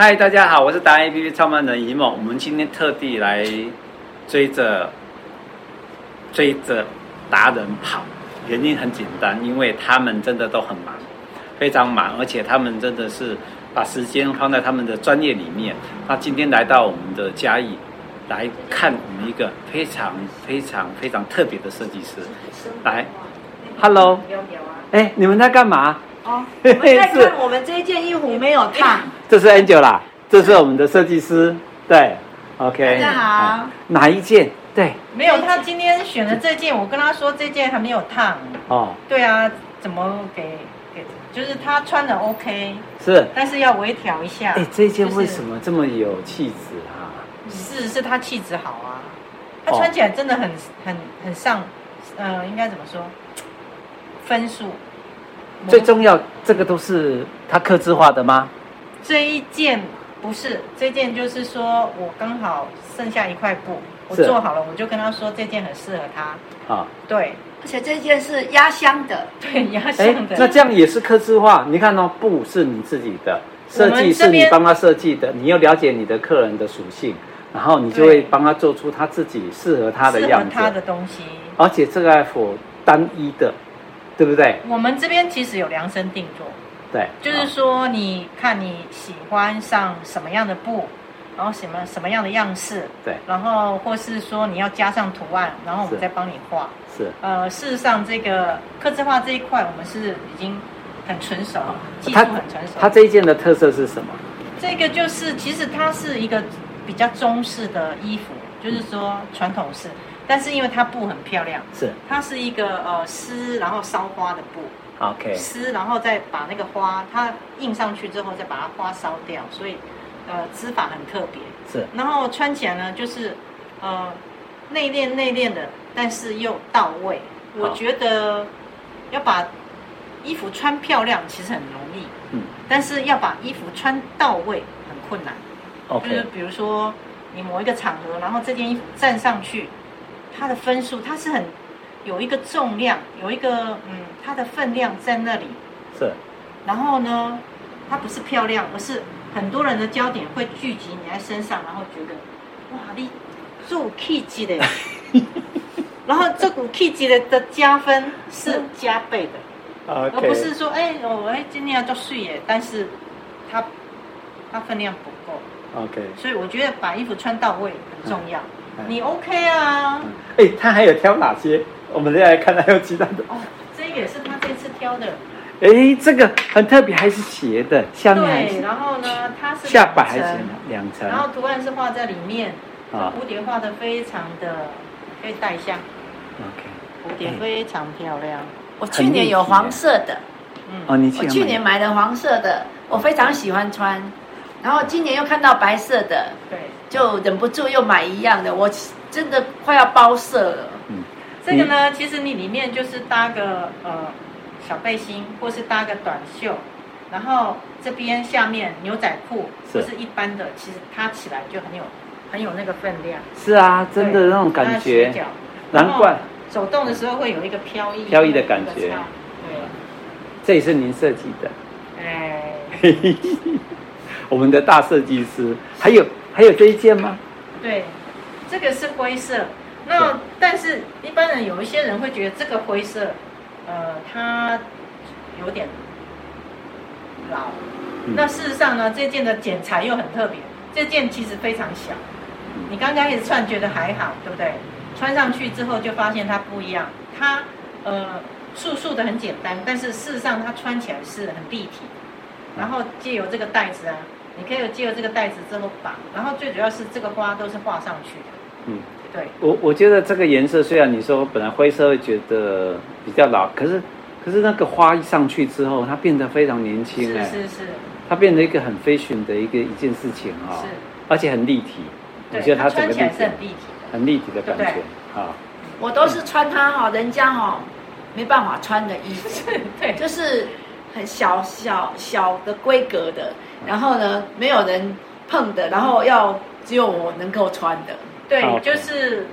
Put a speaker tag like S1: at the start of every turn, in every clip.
S1: 嗨，大家好，我是达人 APP 创办人一梦。我们今天特地来追着追着达人跑，原因很简单，因为他们真的都很忙，非常忙，而且他们真的是把时间放在他们的专业里面。那今天来到我们的嘉义，来看我们一个非常非常非常特别的设计师。来，Hello，
S2: 有有啊。
S1: 哎，你们在干嘛？
S2: 哦，我们 在看我们这一件衣服没有烫。
S1: 这是 Angela，这是我们的设计师，对，OK。
S2: 大家好
S1: 哎。哪一件？对，
S2: 没有，他今天选的这件，我跟他说这件还没有烫。
S1: 哦，
S2: 对啊，怎么给给？就是他穿的 OK，
S1: 是。
S2: 但是要微调一下。
S1: 哎，这一件
S2: 就是
S1: 为什么这么有气质啊？
S2: 是是他气质好啊，
S1: 哦
S2: 他穿起来真的很很很上，呃，应该怎么说？分数。
S1: 最重要，这个都是他刻制化的吗？
S2: 这一件不是这件，就是说我刚好剩下一块布，我
S1: 是
S2: 做好了，我就跟他说这件很适合他。
S1: 啊，
S2: 对
S3: 而且这件是压箱的，
S2: 对，压
S1: 哎
S2: 箱，的。
S1: 那这样也是刻制化。你看哦，布是你自己的，
S2: 我
S1: 设
S2: 们
S1: 计
S2: 这
S1: 是你
S2: 边
S1: 帮他设计的，你又了解你的客人的属性，然后你就
S2: 对
S1: 会帮他做出他自己适合他的
S2: 适合
S1: 样子，
S2: 他的东西。
S1: 而且这个还否单一的，对不对？
S2: 我们这边其实有量身定做，
S1: 对，哦
S2: 就是说你看你喜欢上什么样的布，然后什么什么样的样式，
S1: 对
S2: 然后或是说你要加上图案，然后我们
S1: 是
S2: 再帮你画。
S1: 是。
S2: 呃，事实上这个刻字化这一块，我们是已经很成熟了，技术
S1: 它
S2: 很成熟。
S1: 它这一件的特色是什么？
S2: 这个就是，其实它是一个比较中式的衣服，
S1: 嗯
S2: 就是说传统式，但是因为它布很漂亮，
S1: 是
S2: 它是一个呃丝，然后烧花的布，
S1: OK，
S2: 丝，然后再把那个花它印上去之后，再把它花烧掉，所以呃织法很特别。
S1: 是
S2: 然后穿起来呢，就是呃内敛内敛的，但是又到位。我
S1: 好
S2: 觉得要把衣服穿漂亮其实很容易，
S1: 嗯
S2: 但是要把衣服穿到位很困难。就是
S1: ，OK，
S2: 比如说你某一个场合，然后这件衣服站上去，它的分数它是很有一个重量，有一个嗯它的分量在那里。
S1: 是
S2: 然后呢，它不是漂亮，而是很多人的焦点会聚集你在身上，然后觉得哇你做 K 级的，然后这股 K 级的的加分是加倍的。而不是说，哎、我哎今天要做睡耶，但是它它分量不够，
S1: OK，
S2: 所以我觉得把衣服穿到位很重要。
S1: 嗯
S2: 你 OK 啊？
S1: 哎，它还有挑哪些？我们再来看还有其他的。
S2: 哦，这个也是他这次挑的，
S1: 哎，这个很特别，还是斜的，下面还
S2: 对。
S1: 是
S2: 然后呢，它是
S1: 下摆还
S2: 两
S1: 是嗯
S2: 层
S1: 两层
S2: 然后图案是画在里面，
S1: 啊
S2: 蝴蝶画的非常的可以带一下，
S1: ？OK，
S2: 蝴
S1: 哎
S2: 蝶非常漂亮。
S3: 我去年有黄色的，
S1: 哦，
S2: 嗯，
S1: 你
S3: 我去年买的黄色的，我非常喜欢穿。然后今年又看到白色的，
S2: 对，
S3: 就忍不住又买一样的，我真的快要包色了。
S1: 嗯
S2: 这个呢，其实你里面就是搭个呃小背心，或是搭个短袖，然后这边下面牛仔裤，
S1: 是
S2: 或是一般的，其实它起来就很有很有那个分量，
S1: 是啊，真的
S2: 对
S1: 那种感
S2: 它的斜
S1: 觉
S2: 角，
S1: 难怪
S2: 然后走动的时候会有一个飘逸
S1: 飘逸的感觉
S2: 有一个差对，
S1: 这也是您设计的。
S2: 哎，
S1: 嘿嘿嘿我们的大设计师，还有还有这一件吗？
S2: 对，这个是灰色。那但是一般人有一些人会觉得这个灰色，呃，它有点老。
S1: 嗯
S2: 那事实上呢，这件的剪裁又很特别，这件其实非常小
S1: 嗯。
S2: 你刚开始穿觉得还好，对不对？穿上去之后就发现它不一样，它呃束束的很简单，但是事实上它穿起来是很立体。
S1: 嗯
S2: 然后借由这个带子啊，你可以借由这个带子之后绑，然后最主要是这个花都是画上去的，
S1: 嗯。
S2: 对，
S1: 我我觉得这个颜色虽然你说本来灰色会觉得比较老，可是可是那个花一上去之后，它变得非常年轻
S2: 是
S1: 哎，
S2: 是是
S1: 它变得一个很 fashion 的一个一件事情啊、
S2: 是，
S1: 而且很立体，我觉
S2: 对，
S1: 得它整
S2: 穿
S1: 个
S2: 起
S1: 立
S2: 来
S1: 体
S2: 是很立体的，
S1: 很立体的感觉
S2: 对
S1: 啊、
S3: 我都是穿它哈、人家哈、没办法穿的衣服。
S2: 对，
S3: 就是很小小小的规格的，然后呢，没有人碰的，然后要只有我能够穿的。
S2: 对，
S1: 好
S2: 就是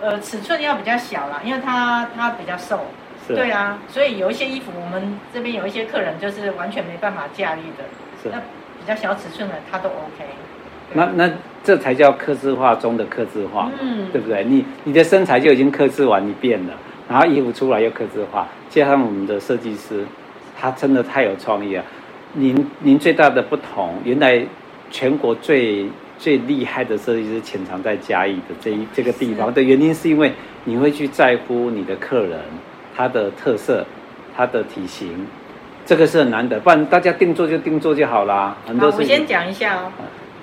S2: 呃尺寸要比较小啦，因为它它比较瘦，
S1: 是，
S2: 对啊啊，所以有一些衣服我们这边有一些客人就是完全没办法驾驭的，
S1: 是
S2: 那比比较小尺寸的，它都 OK。
S1: 那那这才叫克制化中的克制化嘛，
S3: 嗯
S1: 对不对？你你的身材就已经克制完，你变了，然后衣服出来又克制化，加上我们的设计师，他真的太有创意了。您您最大的不同，原来全国最最厉害的设计师潜藏在嘉义的这一这个地方
S3: 是
S1: 的原因，是因为你会去在乎你的客人他的特色、他的体型，这个是很难得，不然大家定做就定做就好啦。很
S2: 好，
S1: 多嗯
S2: 我
S1: 事
S2: 先
S1: 情
S2: 讲一下哦，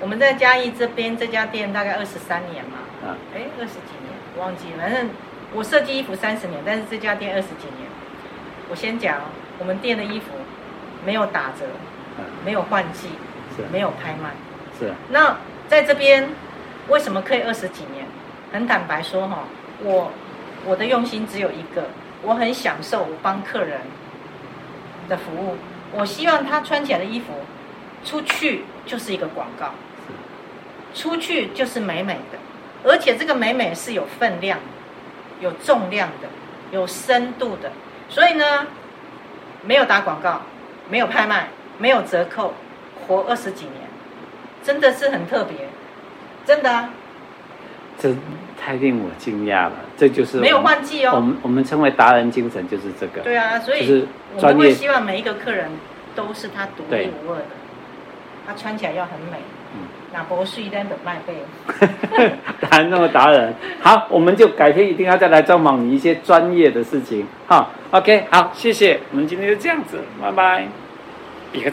S2: 我们在嘉义这边这家店大概二十三年嘛，
S1: 啊，
S2: 哎，二十几年我忘记，反正我设计衣服三十年，但是这家店二十几年。我先讲，哦我们店的衣服没有打折，
S1: 嗯
S2: 没有换季，
S1: 是啊
S2: 没有拍卖。
S1: 是啊。
S2: 那在这边为什么可以二十几年？很坦白说哈，我我的用心只有一个，我很享受我帮客人的服务，我希望他穿起来的衣服出去就是一个广告，出去就是美美的，而且这个美美是有分量的、有重量的、有深度的，所以呢，没有打广告，没有拍卖，没有折扣，活二十几年。真的是很特别，真的、啊、
S1: 这太令我惊讶了，这就是
S2: 没有
S1: 我们
S2: 换季
S1: 我
S2: 哦。
S1: 们我们称为达人精神就是这个，
S2: 对啊，所
S1: 就
S2: 以
S1: 是
S2: 我
S1: 专
S2: 们会
S1: 业
S2: 希望每一个客人都是他独
S1: 对
S2: 一无二的，他穿起来要很美
S1: 嗯。
S2: 那博士一单的卖贝，
S1: 达人中的达人。好，我们就改天一定要再来专访你一些专业的事情。好，OK，好，谢谢，我们今天就这样子，拜拜，比个赞。